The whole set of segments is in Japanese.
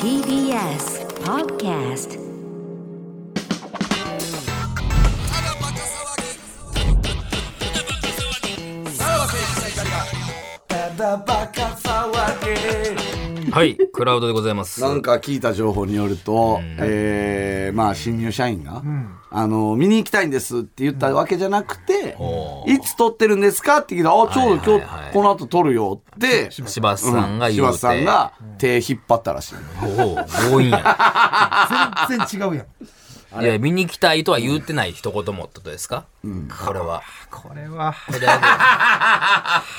TBS Podcast いはいクラウドでございますなんか聞いた情報によると、えーまあ、新入社員が、あの、見に行きたいんですって言ったわけじゃなくて、おいつ撮ってるんですかって聞いたら、あ、ちょうはどい今はいは日、いこの後撮るよって、柴田さんがうん言うて、柴田さんが手引っ張ったらしい。おう強引や全然違うやん。いや見に行きたいとは言ってない一言もってことですか、これはこれは。これだ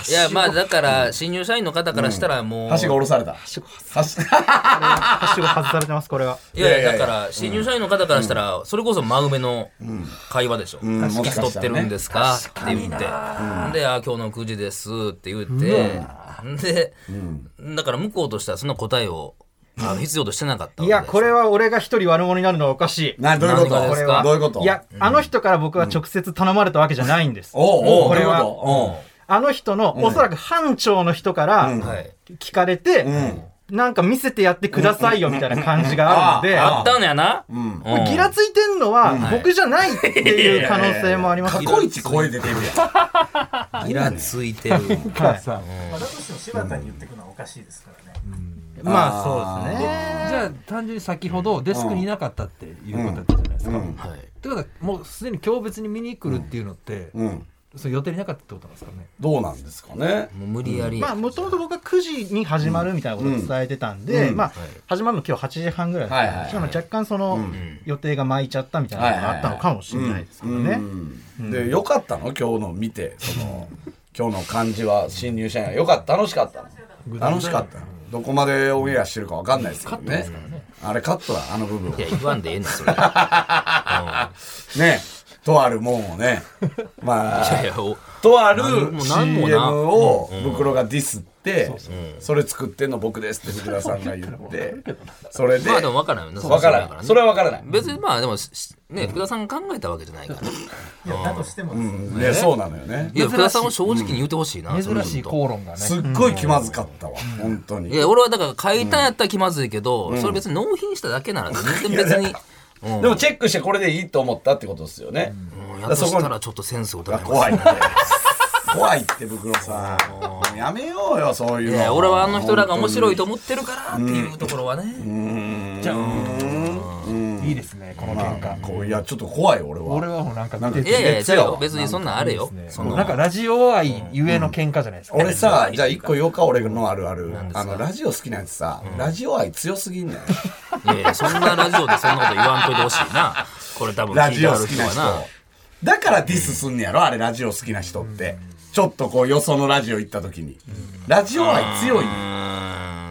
け いやまあだから新入社員の方からしたらもう、下ろされた。ハッシュが外されてます、これは。いやいやだから新入社員の方からしたらそれこそ真梅の会話でしょ「いもしかつし撮たらねってるんですか?」って言ってで「あ今日の9時です」って言ってでだから向こうとしてはそんな答えをあの必要としてなかったいや、これは俺が一人悪者になるのはおかしい。な、どういうこと何がですかどういうこといや、あの人から僕は直接頼まれたわけじゃないんです。おうおうこれはどういうこあの人の、おそらく班長の人からはい聞かれて、なんか見せてやってくださいよみたいな感じがあるので、あったのやなこれギラついてんのは僕じゃないっていう可能性もありますと過去一声出てるやん。ギラつ いてるまあ、だとしても柴田に言ってくのはおかしいですからね。まあそうですね。じゃあ単純に先ほどデスクにいなかったっていうことだったじゃないですか。ってはいことはもうすでに今日別に見に来るっていうのって、うん。その予定になかったってことなんですかね。どうなんですかね。もう無理やりまあもともと僕は9時に始まるみたいなことを伝えてたんで、まあ始まるの今日8時半ぐらいだったんはいではいしかも若干その予定が巻いちゃったみたいなのがあったのかもしれないですけどね。うんで、よかったの今日の見て、その、 今日の感じは、新入社員はよかった楽しかったの楽しかったのどこまでオンエアしてるかわかんないですけどね。あれカットだ、あの部分は。いや言わんでええねんそれうんいね。とあるもんをね。まあ。やいやおとあるもう何 CM もなを袋がディスって、それ作ってんの僕ですって福田さんが言って、それで、まあでもわ分からんよねからない。それはわからない。別にまあでもししね福田さんが考えたわけじゃないからいや、だとしてもですよ、ね、そうなのよねい。や、福田さんを正直に言ってほしいな。その珍しい人口論がね。すっごい気まずかったわ、本当いに。や、俺はだから書いたんやったら気まずいけど、それ別に納品しただけなら全然別に。うんでもチェックしてこれでいいと思ったってことですよね。うんやだからっとそしこたらちょっとセンスを疑います。怖い って。怖いって袋さん。もうやめようよ、そういういの。や俺はあの人らが面白いと。と思ってるからっていうところはね。いいですね、このなん喧か嘩。こういや、ちょっと怖い俺は。俺はもうなんか見ていやいて。やいや、強そいよ。別にそんなんあれよ。そのなんかラジオ愛ゆえの喧嘩じゃないですか。俺さ、じゃあ一個言おうか、俺のあるある。あの、ラジオ好きなやつさ、ラジオ愛強すぎんねん。いやいやそんなラジオでそんなこと言わんといてほしいな。これ多分ラ聞いジてオある好き人なは人な。。だからディスすんねやろ、あれ、ラジオ好きな人って。ちょっとこう、よそのラジオ行った時に。ラジオ愛強いね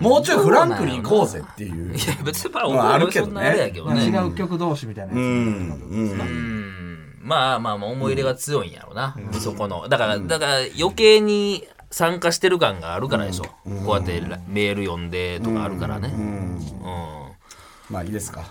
もうちょいフランクに行こうぜっていう。いや、別にまあ、まああ俺るはけどそねんなあれやけど違ね。う曲同士みたいなうやん、まあまあまあ思い入れが強いんやろな、そこのだから、だから余計に参加してる感があるからでしょ、こうやってらメール読んでとかあるからねうん、まあいいですか。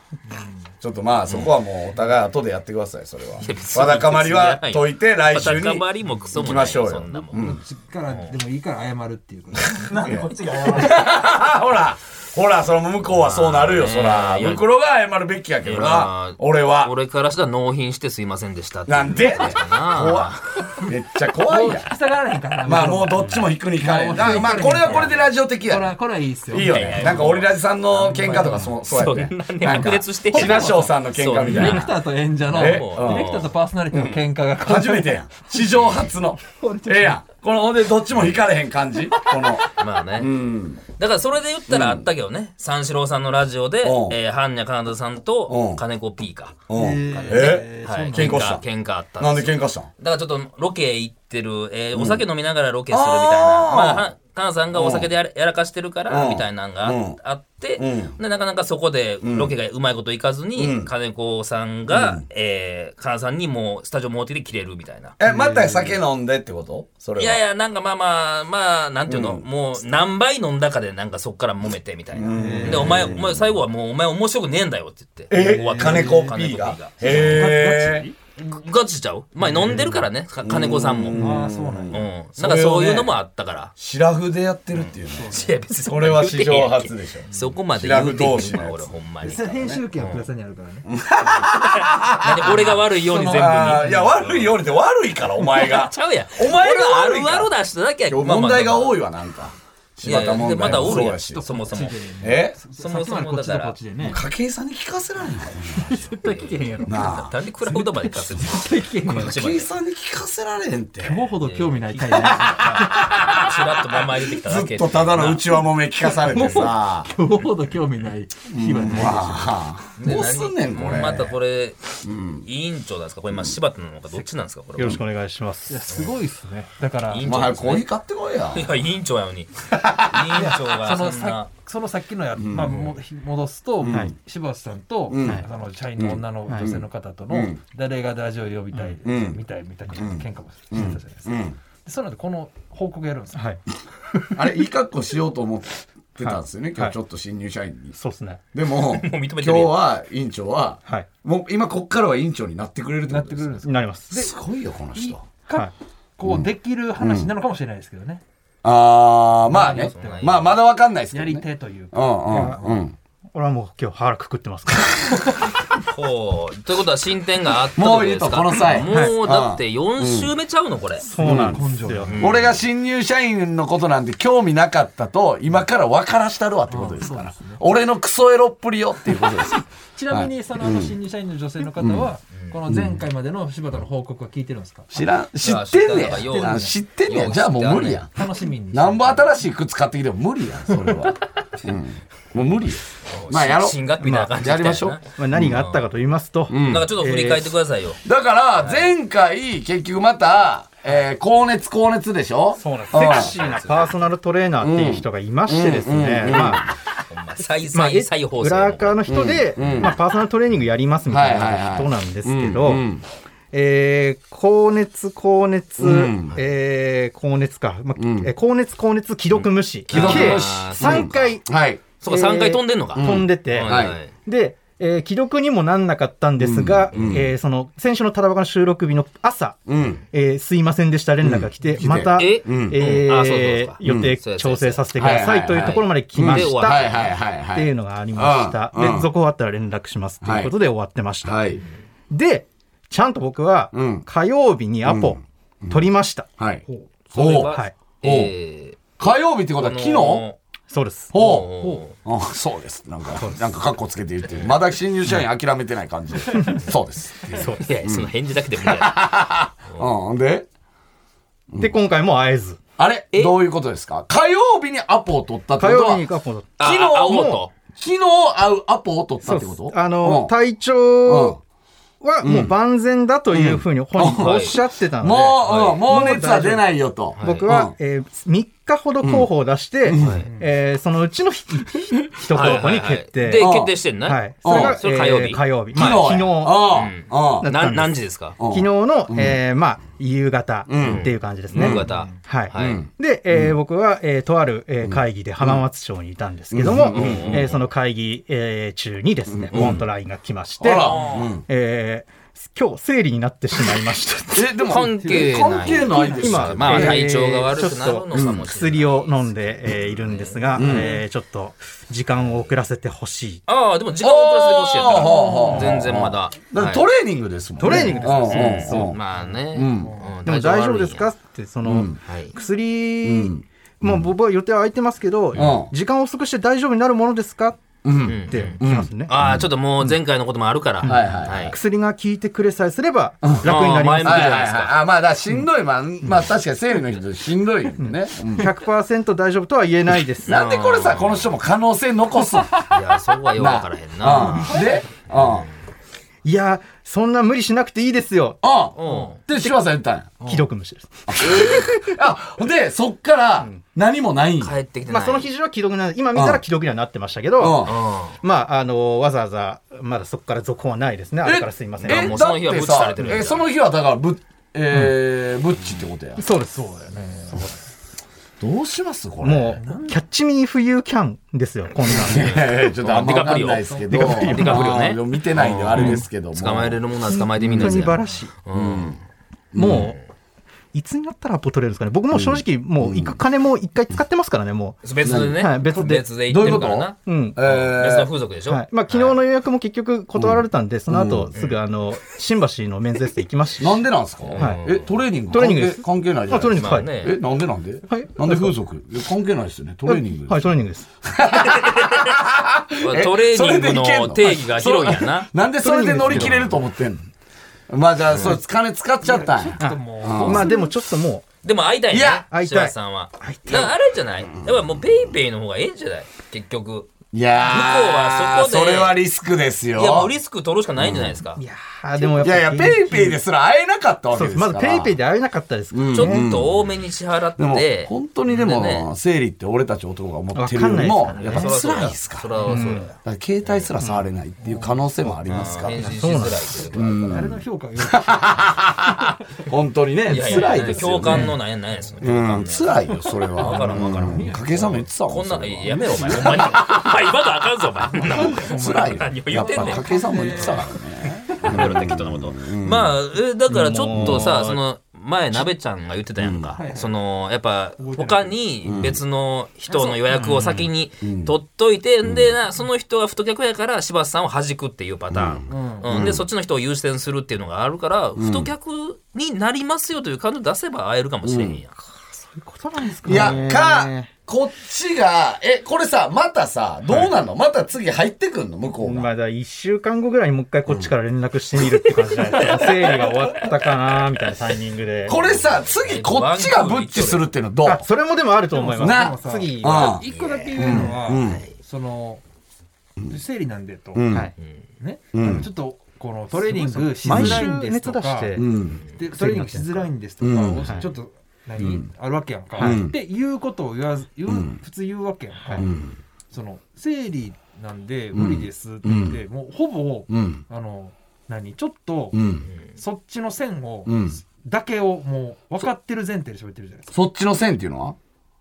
ちょっとまあ、そこはもう、お互い後でやってください、それは別。にわだかまりは解いて、来週に。わだかまりもクソも行きなまいしょようそよん。なもん、つ。そっからでもいいから謝るっていうこと。 なんでこっちが謝る。あほら、ほら、その向こうはそうなるまよ、あねそら。いや袋が謝るべきやけどいやまなあ、俺は。俺からしたら納品してすいませんでしたってなんで怖なっめっちゃ怖いやん。従わないから。まあ もうどっちも引くにいかれん。だからまあこれはこれでラジオ的これや。はこれはいいですよ。いいよね。なんかオリラジさんの喧嘩とかそうそうやそんなね。ねなんか白熱してへん千葉翔さんの喧嘩みデたいィレクな。ターと演者の、えディレクターとパーソナリティの喧嘩がこう初めてやん。史上初の。ええやん。このほんでどっちも引かれへん感じ。この。まあね、うん。だからそれで言ったらあったけどね、三四郎さんのラジオでうん、えー、般若かなさんうとん金子 P か、うんえはい、喧嘩した喧嘩喧嘩あったんですよなんで喧嘩したんだからちょっとロケ行ってる、えーお酒飲みながらロケするみたいな、まあは、カナさんがお酒でやらやらかしてるかうら、んみたいなのがあ,、うんあって、うんで、なかなかそこでロケがうまいこといかずに、金子さんが、えー、カナさんにもうスタジオ持ってきて切れるみたいな。え、また酒飲んでってことそれは。いやいや、なんかまあまあ、まあ、なんていうの、もう何倍飲んだかで、なんかそっから揉めてみたいな。で、お前、お前最後はもう、お前面白くねえんだよって言って。え終わった金子 P が。へえ。ガチちゃうまあ飲んでるからね、か金子さんも。うん。あそうなんやなんかそういうのもあったから。シラフでやってるっていうね。いや別にそんこなれ言うはてへん史やん上初でしょ。そこまで言うてへんシラフ同士のわやつ俺ほん まに。それ編集権はプラスにあるからねなんで俺が悪いように全部に。。あーいや、悪いよりで悪いから、お前が ちゃうやん。お前が悪い俺はあるある出しただけや今日問題が多い。いわ、なんか。いや柴い田や、で問ま題だもおるそうやだん。し。そもそも。えそさもっきそまでもこっだちとかこらっち。でね家計さんに聞かせられない絶対聞けへんやろなあ。なんでクラウドまで稼 ぐの絶対聞けへんやろ家計さんに聞かせられへんって。ほほど興味ない回だちらっと名前出てきただずけっとただのうちわもめ聞かされてさ。ねほほど興味ない日はまねあ、でどうすんねん、これ。またこれ、委員長なんですかこれ、まあ、柴田なのか、どっちなんですかこれは。よろしくお願いしますいやすごいっすねだから委お員長前、ですねコーヒー買ってこいや。いや、委員長やの に。委員長そがのそんなさ。そのさっきのや、まあ、も戻すと、柴田さんと、その社員の女の女性の方との、誰がラジオ呼びたい、んみたいみたいな喧嘩もしてたじゃないですか、うん。でその後この報告やるんですよ、はいあれ、いい格好しようと思ってたんですよね、今日ちょっと新入社員に。そうですねで も、認めてる今日は委員長は、はいもう今こっからは委員長になってくれるってなことっでてくするんかですよなりますすごいよ、この人。か、はいこうできる話なのかもしれないですけどね、あー、まあねそんな。まあ、まだわかんないですけやどりね。手というか、うんうんうん。俺はもう今日腹くくってますからほう。ということは、進展があったもうといいいうとことですこかの際もはう、いだって、4週目ちゃうのこれ。 そうなんですよ俺が新入社員のことなんて興味なかったと、今から分からしたるわってことですかうんらそう。俺のクソエロっぷりよっていうことですよ。ちなみにそのあの新入社員の女性の方は、この前回までの柴田の報告は聞いてるんですか、 知らん、知やってん知ってんのねかようや。知ってんねよや。うじゃあもう無理やん。楽しみにしてなんぼ新しい靴買ってきても無理やん、それは。うん。もう無理や。まあやろう。新学期みたいな感じやりましょう。まあ何があったかと言いますと、なんかちょっと振り返ってくださいよ。だから、前回、結局また、えー、高熱高熱でしょそうなんですセクシーなパーソナルトレーナーっていう人がいましてですね、まあ、ほんま再まあ再再放送。裏側の人で、まあ、パーソナルトレーニングやりますみたいはいはいはない人なんですけうどんうん、えー高熱、高熱、んえー高熱か、まあえー高熱、高熱、既読無視、計既読無視3回はい。そうか、3回飛んでんのか。飛んでて、はいはで、えー既読にもなんなかったんですが、えーその先週のタラバカの収録日の朝、うん。えーすいませんでした連絡が来て、また、ええうんあそうそうそうーか予定うん調整させてくださいというところまで来まうんしで終わはいた。はいはいっはてい。いうのがありました。うんうんで、続報あったら連絡しますということで終わってました。はい。で、ちゃんと僕はうん火曜日にアポ取りました。はい。それおはうはい。えー火曜日ってことは昨日こそうです。のほう。ほあそうです。なんか、なんかカッコつけて言ってる。まだ新入社員諦めてない 感じで。そうです。ういや、その返事だけでもね。うん。で、で、今回も会えず。あれえどういうことですか火曜日にアポを取ったって火こと曜は日に、アポ取っあ昨あ会日おうと昨日会うアポを取ったた。ってことあうのん、体調はもう万全だというふうに本人がおっしゃってたので、もう、うんもうもう熱は出ないよと。僕うんは、えー3日ほど候補を出して、えーそのうちの1候はい補はいにはい決定。で、うん決定してんね。はい。それががそれ火曜え日。ー火曜日。まあ昨日昨や。日。うん。うん。な何時ですかうん昨日の、えーまあ、夕方っていう感じですね。夕方。はい。はいで、えー僕は、えーとある、えー会議で浜松町にいたんですけども、えーその会議、えー中にですね、ポンと LINE が来まして、あら。うんえー今日生理になってしまいました。 え、でも、関係ない関係ないです今まあえー体調が悪くなるのかもしれないちょっと薬を飲んで、えーいるんですが、えーちょっと時間を遅らせてほしい。ああ、でも時間遅らせてほしいやったあーほうほうほうら。全然まだ。だってはトレーニングですもんね。トレーニングですよすいまあね。うんでも大丈夫ですかって、その、はい。薬、まあ僕は予定は空いてますけど、ん時間遅くして大丈夫になるものですかって聞きますね。ああ、ちょっともう前回のこともあるから。はいはいはいはい薬が効いてくれさえすれば楽になりまあー前す向きはいじはゃいなはいいですかあまあ、だからしんどい、まあ、まあ、確かに生理の人しんどいよね。うん100%大丈夫とは言えないです。なんでこれさ、この人も可能性残すのいや、そこはよくわからへんな。うんで、ういや、そんな無理しなくていいですよ。ん。うん。うで、柴田さん言ったんや。既読無視です。あ、ほんで、そっから、何もないんやん。帰ってきてなまい。あその日中は既読なん今見たら既読にはなってましたけど、うんまああの、わざわざ、まだそこから続報はないですね。あれからすいません。え、もうだそっの日はブてッチさされ、てるやんえその日はだから、ぶっ、えー、ブッチってことや。そうです。そうだよね。どうしますこれ。もう、キャッチミーフユーキャンですよ、こんなんで。ええちょっとあんま分かんないですけど。ディカプリオディカプリオねまあ見てないんであれですけども。捕まえれるものは捕まえてみな本当いにぜバラしい。もう、いつになったらアポ取れるんですかね。僕も正直、もう行く金も一回使ってますからね、も別でね、はい別で別で行ってるからなう。うん。えー別の風俗でしょ、はいまあ、昨日の予約も結局断られたんで、その後すぐあの新橋のメンズエステ行きましたし、なんでなんですか、はいえ、トレーニングトレーニングです関係関係ないじゃあトレなーいニンですグか。まあね、え、なんでなんで、はいなんで風俗いや関係ないですよね。トレーニングです。はい、トレーニングです。まあトレーニングの定義が広いんやな。なんでそれで乗り切れると思ってんのまあじゃあ、それ金使っちゃったんや。ともうまあでもちょっともでも会いたいね。いや会いた柴い田さんは。会いたいだからあれじゃないやっぱもうペイペイの方がええんじゃない結局。いやー向こうはそこでれはリスクですよ。いや、もうリスク取るしかないんじゃないですか。う、いやーでもやっいぱやりいや、ペイペイですら会えなかったわそけうでですす。まから。だペイペイで会えなかったですから、ちょっと多めに支払でっもて、、本当にでも、生理って俺たち男が思ってるよりも、わかんないやっでぱすそら辛いですかそら。らそうや。だから携帯すら触れないっていう可能性もありますから。返信しづらいっていう誰の評価が良い本当にね、か。やや辛いですよ、共ね。感のなんやなんやそのうん、辛いよ、それは。わからんわからんう筧さんも言ってたもん。こんなそん、れはやめろお前。ほんまに。お前今のあかんぞ お前こんなもん。辛い何をよ。言やっってんぱねん。筧さんも言ってたからね。やめろ適当なこと。まあ、えだからちょっとさ、その、前、鍋ちゃんが言ってたやんか。その、やっぱ、他に別の人の予約を先に取っといて、んで、なその人が太客やから、柴田さんを弾くっていうパターン。うんで、そっちの人を優先するっていうのがあるから、太客になりますよという感じ出せば会えるかもしれへんやん。ことなんですかいね。や、か、こっちが、え、これさ、またさ、どうなのまた次入ってくんの向こうが。まだ1週間後ぐらいにもう一回こっちから連絡してみるって感じじゃないですか。整理が終わったかなみたいなタイミングで。これさ、次こっちがブッチするっていうのどうあ、それもでもあると思いなまもす。さ次、あ 一個だけ言うのは、その生理なんでと、はい。ね、ちょっとこのトレーニングし毎づらい週んです熱と出しかて、うん。でトレーニングしづらいんですとか、うんちょっと何、あるわけやんか、うんっていうことを言わず言う、普通言うわけやんか、うん。その生理なんで無理ですって言って、もうほぼ、うん。あの何ちょっと、うん。そっちの線を、うんだけをもう分かってる前提で喋ってるじゃないですか、そっちの線っていうのは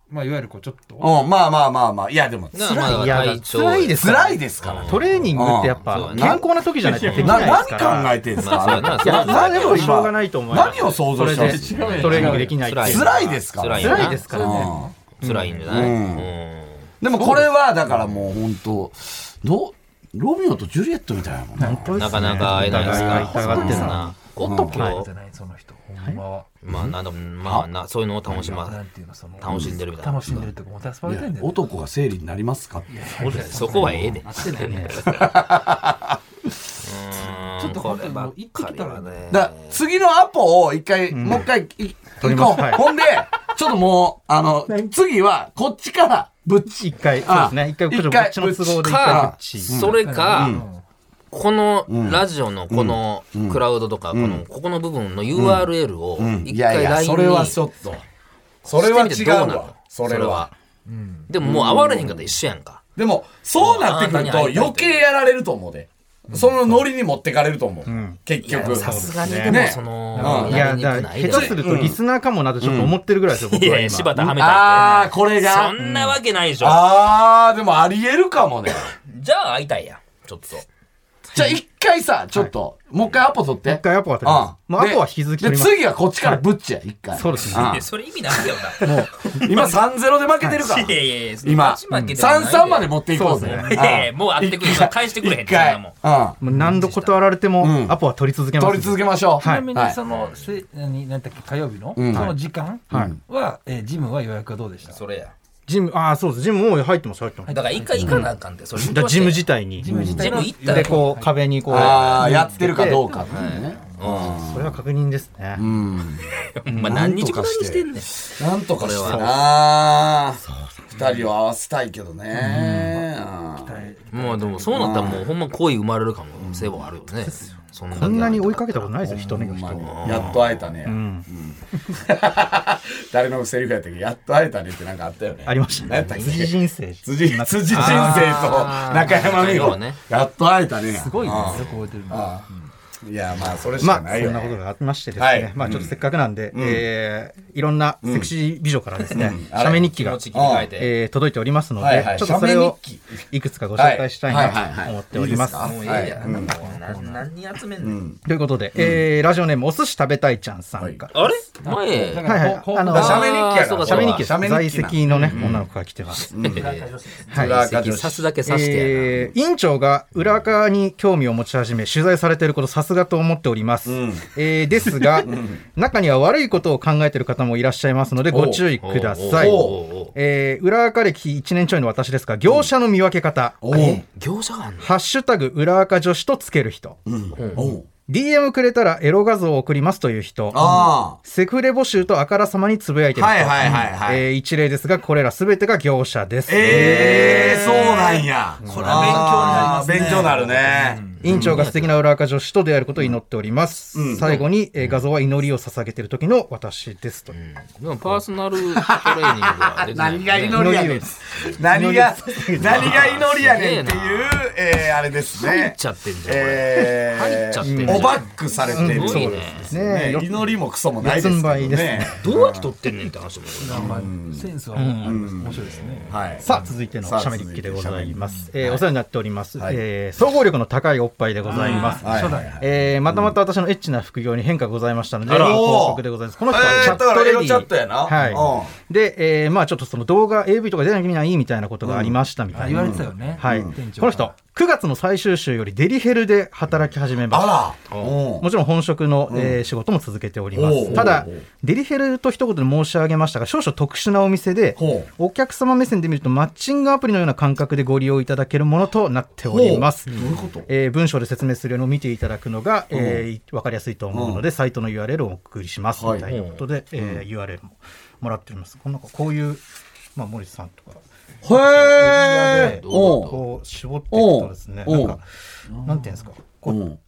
まあ、いわゆるこうちょっとうん、まあまあまあまあ。いや、でも、だからまあいや体調辛いです辛いですから。トレーニングってやっうんぱそう健康な時じゃないとできなないですから。何考えてんすまあそうやかないや、そうそれでもしょうがないと思います。何を想像してますそれでトレーニングできないっていう辛辛いですから。辛いよな辛いですからね。うん辛いんじゃない、うんうんでもこれはだからもう本当どうロミオとジュリエットみたいなもんな。なかなか会えないですから。お互いが痛がってるな本当にな。そおっうとじゃないその人ほんまは。まあ、なんだ、まあ、な、そういうのを楽しなまん、ていうのその楽しんでるみたいな。楽しんでるってこともたすれてんだよね男が生理になりますかって。そこはええで。ちょっとこ本当れにばもっう行ってきたらねだから次のアポを一回、もう一回い取行りまこすう。はいほんで、ちょっともう、あの、次はこっちからぶっち。一回、そうですあね。一回、こっちの一回こっちの都合で一回こかっ、ち。それか、このラジオのこのクラウドとか、この、ここの部分の URL をい一や回い LINE や、に。それはちょっと。 それは違うわ。それは。。でももう会われへんかったら一緒やんか。でも、そうなってくるとあー何余計やられると思うで。そのノリに持ってかれると思う。結局。さすがにでもねそうんの、いや、だから、下手するとリスナーかもなとちょっと思ってるぐらいですよ、僕いはやいや、今。柴田はめあたあ、って。これが。そんなわけないでしょ。あー、でもありえるかもね。じゃあ会いたいやん。ちょっと。じゃあ一回さ、ちょっと、もう一回アポ取って。一回アポは取りますうんもうアでポは引き続き取りますで、次はこっちからぶっちや、一回。そうですねんいやそれ意味ないよな。もう、今3-0で負けてる から。いやいやいや、今、勝ち負けではない3-3まで持っていこうぜ。そうですねんいやいやもう会ってくれ一回返してくれへん一回。そんうなもんん。もう何度断られても、んアポは取り続けます。取り続けましょう。ちなみにいそのせ何何だっけ火曜日のそんの時間はえージムは予約はどうでしたそれや。ジム、ああ、そうです。ジムもう入ってます、入ってます。だだかから一回行かなあかんで、それ。らジム自体に。ジム自体のジム行ったらで、こう、壁にこう。あーやってるかどうかっていうね。それは確認ですね。うん。ほんま何日間にしてんねん。なんとかしてな二人を合わせたいけどね。うんもうでもそうなったらもうほんま恋生まれるかも性はあるよね。そんだけこんなに追いかけたことないですよ、人目が人ほんを。まにやっと会えたね。誰のセリフやったっけやっと会えたねってなんかあったよね。ありました何やね。ったっけ辻人生。辻、辻人生とあー中山中美山穂ね。やっと会えたね。すすごいねよく覚えてるなあいやまあそれしまかあ、なそいよんね、なことがありましてですね、はいまあ、ちょっとせっかくなんで、えーいろんなセクシー美女からですね、写メ日記気が持、ち切り替えて。えー届いておりますので、はいはいちょっとそれを写メ日いくつかご紹介したいはいはいなはいと思っております。いいですかもういいはいや。うもんうな何集めんねん。ということで、えーラジオネームお寿司食べたいちゃんさんから。あれ前。だはかいはらいこうこうあのだから写メ日記やあーそうかから写そメう日か記です写メ日記な在籍のね、女の子が来てます。はい裏垢席女子刺すだけ刺してえー委員長が裏側に興味を持ち始め取材されていることさすがと思っております、えーですが、中には悪いことを考えている方もいらっしゃいますのでご注意くださいおうおうおうおうえー裏垢歴1年ちょいの私ですが業者の見分け方、おう業者があんのハッシュタグ裏垢女子とつける人、おう DM くれたらエロ画像を送りますという人あセフレ募集とあからさまにつぶやいてある人、はいはいはいはい、えー一例ですがこれら全てが業者です、ええー、そうなんや。こは勉強にれなりますね勉強になるね。委員長が素敵な裏垢女子と出会えることを祈っております、最後に、えー画像は祈りを捧げている時の私ですと、でもパーソナルトレーニングはできないよ何ね。が祈りやねん祈りを。何が、何が祈りやねんっていうす、えー、あれですね。入っちゃってんじゃんこれえー、入っちゃってるじゃんおバックされてる。すごいねですね。ね祈りもクソもないですけど四つん這いですねね。どうやって撮ってんねんって話もセンスは面白いですね。はい。さあ続いてのさあしゃべりっきでございます、えーはいお世話になっております、はいえー総合力の高いおっぱいでございます、はい初代えーまたまた私のエッチな副業に変化がございましたので、あら報告でございます。この人はえーチャットレディー。だからエロチャットやなはうい。で、えーまあちょっとその動画、AV とか出なきゃいけないみたいなことがありましたみたいあ言な。われてたよね。はい。店長この人、9月の最終週よりデリヘルで働き始めました。あら。うん。もちろん本職の、えー仕事も続けておりまおうおうおす。うただ、デリヘルと一言で申し上げましたが、少々特殊なお店でほう、お客様目線で見るとマッチングアプリのような感覚でご利用いただけるものとなっております。ほうどういうことえー文章で説明するよりも見ていただくのが、えーわかりやすいと思うので、サイトの URL をお送りしますはいみたいなことで、えー URL ももらっております。このなんかこういう、まあ、森さんとか。へえ。おう。こう絞っていくとですね、おうなんか、なんていうんですか、こううん。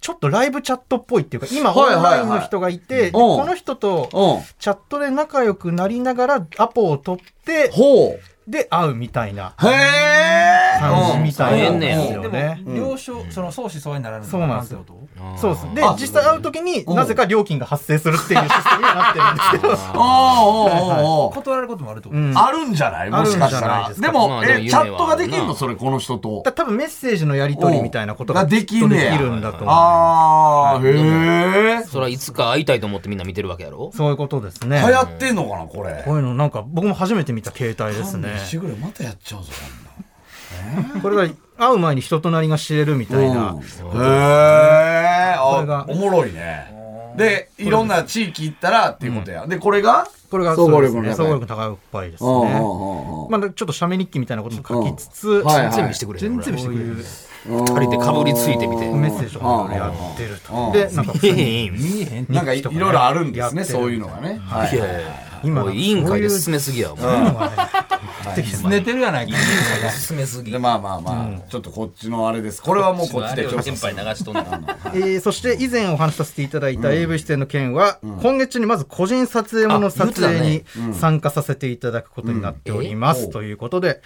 ちょっとライブチャットっぽいっていうか、今オはいンはいはいラインの人がいて、でうんこの人とうんチャットで仲良くなりながらアポを取って、ほで会うみたいなう。へえ。感じみたいなんですでよもね。了承その相思相愛にならない。そうなんですよてことそうです。であ、実際会うときになぜか料金が発生するっていうシステムにはなってるんですけど、おうおうおうおう。断られることもあるってこと。うんあるんじゃないもしかしたあるんじゃなら。でいですまかも、あでもえ、夢チャットがはできんのそれ、この人と。多分メッセージのやり取りみたいなことうがんがででききるんんねやだと思う。ああ、へえ。それはいつか会いたいと思ってみんな見てるわけやろそういうことですね流。行ってんのかな、これ。こういうのなんか僕も初めて見た携帯ですね。一ぐらいまたやっちゃうぞ、ここれが会う前に人となりが知れるみたいんななの。。へえ。これあが、おもろいね。で、いろんな地域行ったらっていうことや。で、これがこれが総合力そうですねの総合力中での高いおっぱいですうんうんね。うんうんまあ、ちょっと写メ日記みたいなことも書きつつ、うんはいはい全部してくれへん全然こしてくれるれ二人でかぶりついてみてメッセージとかやってるうんと。で、なんか普通にいやいやいやなんかいいろいろあるんですやね、ってるそういうのがね。はいや今もう委員会で進めすぎやお前寝てるやないか。進めすぎで、まあまあまあ、ちょっとこっちのあれです。これはもうこっちであれ調を査先す輩る。流しとんねんえーそして以前お話しさせていただいた AV 出演の件は、今月中にまず個人撮影もの撮影に参加させていただくことになっております、うんということで、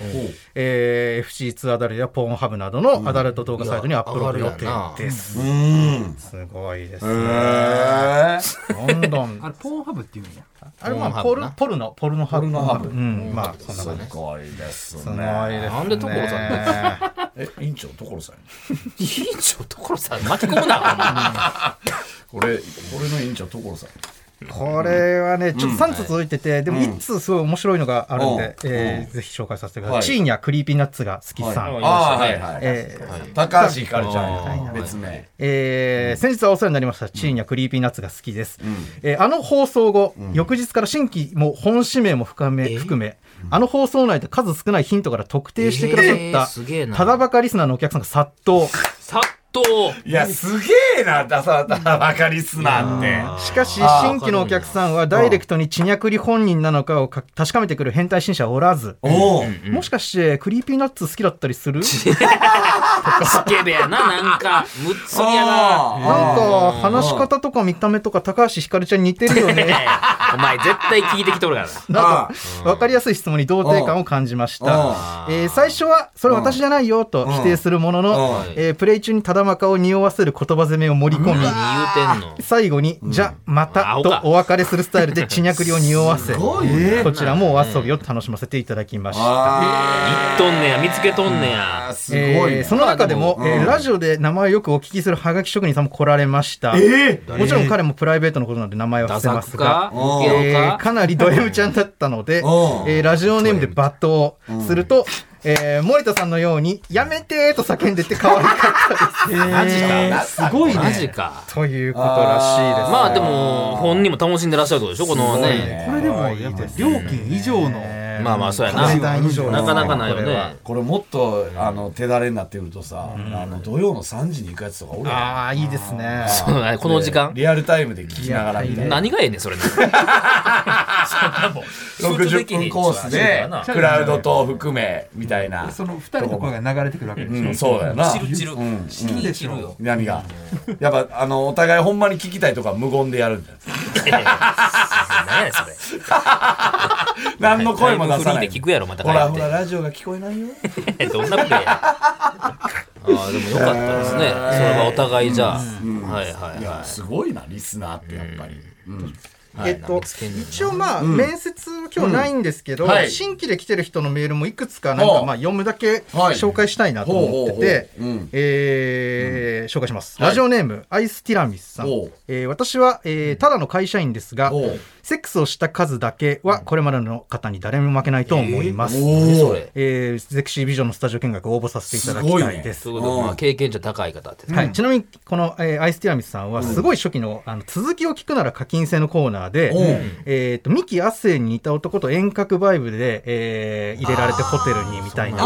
えー FC ツアダルやポーンハブなどのアダルト動画サイトにアップロード予定です、うん。すごいですへね、え。どんどんあれポーンハブっていうんや。あれまあポーポンハブルなポルノポルノハブポルノハブうんまあそんな感じすごいですすごいですね。ねなんで所さんねえ、委員長、所さん。委員長所さん巻き込むなこれ、俺の委員長、所さん。 これはね、ちょっと3つ続いてて、でも1つすごい面白いのがあるんうんで、えーぜひ紹介させてください。はいチーニャクリーピーナッツが好きさん。はいああ、はいはい。えー高橋ひかるちゃんや別名えー先日はお世話になりました、チーニャクリーピーナッツが好きです、えーあの放送後、翌日から新規も本指名も含め,、含めあの放送内で数少ないヒントから特定してくださえーすっげえた、なただバカリスナーのお客さんが殺到殺到いやすげえなダサダサバカリスナーってしかし新規のお客さんはダイレクトにチニャクリ本人なのかをか確かめてくる変態信者はおらず、おおもしかしてクリーピーナッツ好きだったりするスケベやななんかむっつりやななんか話し方とか見た目とか高橋ひかるちゃんに似てるよ ね。お前絶対聞いてきとるからななんか分かりやすい質問に童貞感を感じました、えー最初は「それ私じゃないよ」と否定するものの、えープレイ中にただまかを匂わせる言葉攻めを盛り込何み言うてんの最後に、じゃ、また青とかお別れするスタイルで、血にゃくりを匂 わせ、こちらもお遊びを楽しませていただきました。言っとんねや見つけとんねやすごいえーね。その中でも、まあでもえーうんラジオで名前をよくお聞きするハガキ職人さんも来られました、もちろん彼もプライベートのことなので名前はダ伏せサまくすがかボケえローかかなりド M ちゃんだったので、うんえーラジオネームで罵倒すると、えー森田さんのように「やめて!」と叫んでて可愛かったです、マジかすごいねマジかということらしいです、まあでも本人も楽しんでらっしゃるってことでしょこのすごいねねこれでもやっぱ料金以上のまあまあそうやな値段以上のなかなかないよこれはねこれもっとあの手だれになってくるとさ、あの土曜の3時に行くやつとかおるやんああいいですねそうだねこの時間リアルタイムで聞きながらみたいな。何がええねんそ れねそんなもん60分コースでそうやなクラウドと含めみたいな。その2人の声が流れてくるわけでうしょん、そうだよな。チルチルチルチルよ何が。やっぱあのお互いほんまに聞きたいとか無言でやるんだよ。何やそれ何の声も出さなタイムフリーい。で聞くやろまた帰ほってらほらラジオが聞こえないよ。え どんなことや。ああでも良かったですね。それはお互いじゃあ。はいはいいやはすごいなリスナーってやっぱり。うんい。はえっいと、一応まあ、面接今日ないんですけど、うんはい新規で来てる人のメールもいくつかなんかほうまあ読むだけはい紹介したいなと思っててほうほうほううん、えー紹介します。はいラジオネーム、アイスティラミスさんほう。えー私は、えーただの会社員ですがほう、セックスをした数だけはこれまでの方に誰も負けないと思います。おお。えーゼクシービジョンのスタジオ見学応募させていただすきごたいいねですという。ことでまあ経験値は高い方って。はい、ちなみにこの、えーアイスティラミスさんはすごい初期の,、あの続きを聞くなら課金制のコーナーで、うんえー、とミキ・アッセイに似た男と遠隔バイブで、えー入れられてホテルにみたいな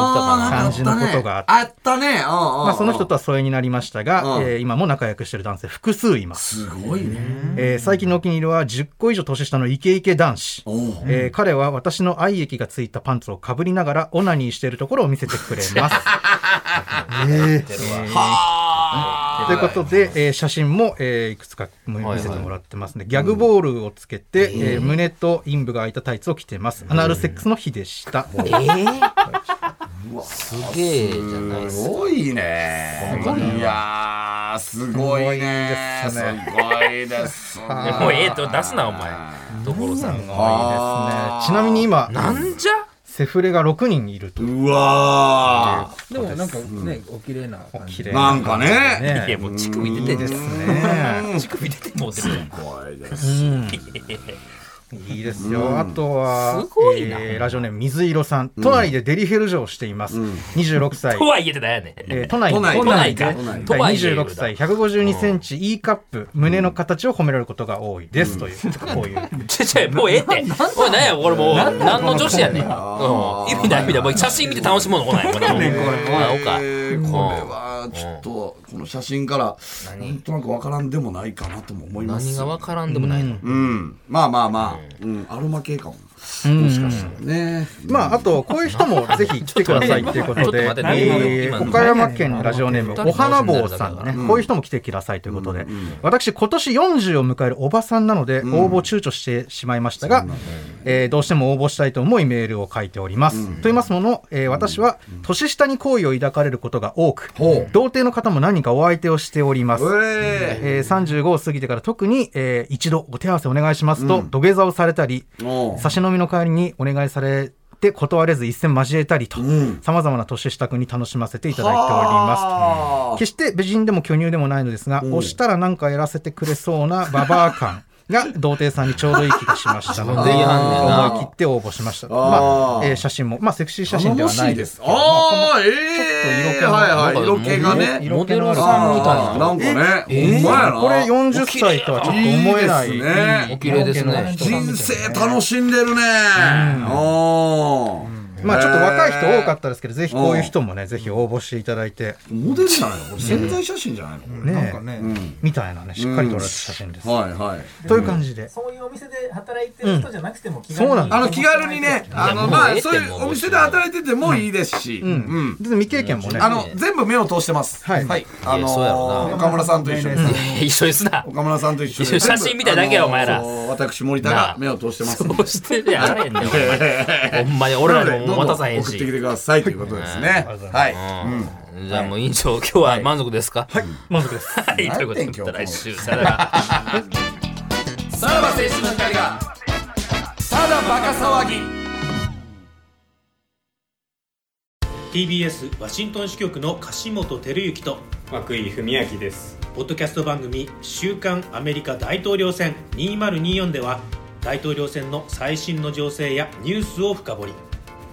感じのことがあって。あったね。ままあ、その人とは疎遠になりましたが、うんえー今も仲良くしてる男性複数います、すごいね。えー最近のお気に入りは10個以上年下のイケイケ男子、おお。えー彼は私の愛液がついたパンツをかぶりながらオナニーしているところを見せてくれます、えーということで、えー写真も、えーいくつか見はいせてもらってますね、ギャグボールをつけて、えー胸と陰部が開いたタイツを着てます、アナルセックスの日でした、えーすげえじゃないですすか。ごいね。いやー、すごいね。すすごいですねごいですね。 もうええと出すなお前。所さんが。あちなみに今なんじゃ。セフレが6人いるとうわでもなんかねお綺麗な感じ綺麗ー。なんかね。いやねもう乳首出てですね。ね乳首出てもうてるやん。いいですよ、あとはすごいなえーラジオネーム水色さん都内でデリヘル嬢をしています、26歳と、はいえってなんやねん。えー都内に都内都内か。とはいえ26歳、152センチ、E カップ、胸の形を褒められることが多いです、という、こういう。ちょちょもうええって。おい、なんや、これもう、何の女子やねん。うん意味ない、意味ない。もう写真見て楽しもうのこない。これ、おうか。えーこれはちょっとこの写真からなんとなくわからんでもないかなとも思います何がわからんでもないの。うんまあまあまあうんアロマ系かももしかしたらねまあ、あと、こういう人もぜひ来てくださいということちょでっ、と待ってえちょっと待ってー岡山県ラジオネーム今、のお花坊さんね、こういう人も来てくださいということで、私、今年40を迎えるおばさんなので、応募躊躇してしまいましたが、えーどうしても応募したいと思いメールを書いております。と言いますもの、えー私は、年下に好意を抱かれることが多く、ほう童貞の方も何人かお相手をしております。ええー、35を過ぎてから特に、えー一度お手合わせお願いしますと、土下座をされたり、えおう差し飲みの代わりにお願いされて断れず一戦交えたりとんさまざまな年下君に楽しませていただいておりますあー決して美人でも巨乳でもないのですが、押したらなんかやらせてくれそうなババア感が童貞さんにちょうどいい気がしましたのでそんな言いはんねんな思い切って応募しましたまああーえー写真も、まあ、セクシー写真頼でもはしないいでですすけどああえちょっと色え気のはいはいなんか色気がねモデルさんみあたあいなな。んかえねーほんまやなこれ40歳とはちょっと思えないいいですねお綺麗ですね。人生楽しんでるねおーまあちょっと若い人多かったですけど、ぜひこういう人もね、ぜひ応募していただいて、モデルじゃないのこれ潜在写真じゃないのこれなんねか、ねみたいなね、しっかりとられた写真です。はいはいという感じで。そういうお店で働いてる人じゃなくても気そうなんだあの気軽にね、あものうまええっあてそういうお店で働いててもいいですし、うんで未経験もね、あの全部目を通してます。はいあいやそうやろのな岡村さんと一緒に。一緒ですな。岡村さんと一緒一緒にに写真見ただけやお前ら私森田ながあ目を通してますんで。そうしてるやらへんねん、お前。ほんまに、俺らもも渡さへん送ってき。してくださいということですね。はい。うんうんじゃあもう委員長、今日は満足ですかはい、満足です。はい、ということで、なんてま今た日来週、さよなら。さらば青春の光がただバカ騒ぎ TBS ワシントン支局の樫本照之と涌井文明ですポッドキャスト番組「週刊アメリカ大統領選2024」では大統領選の最新の情勢やニュースを深掘り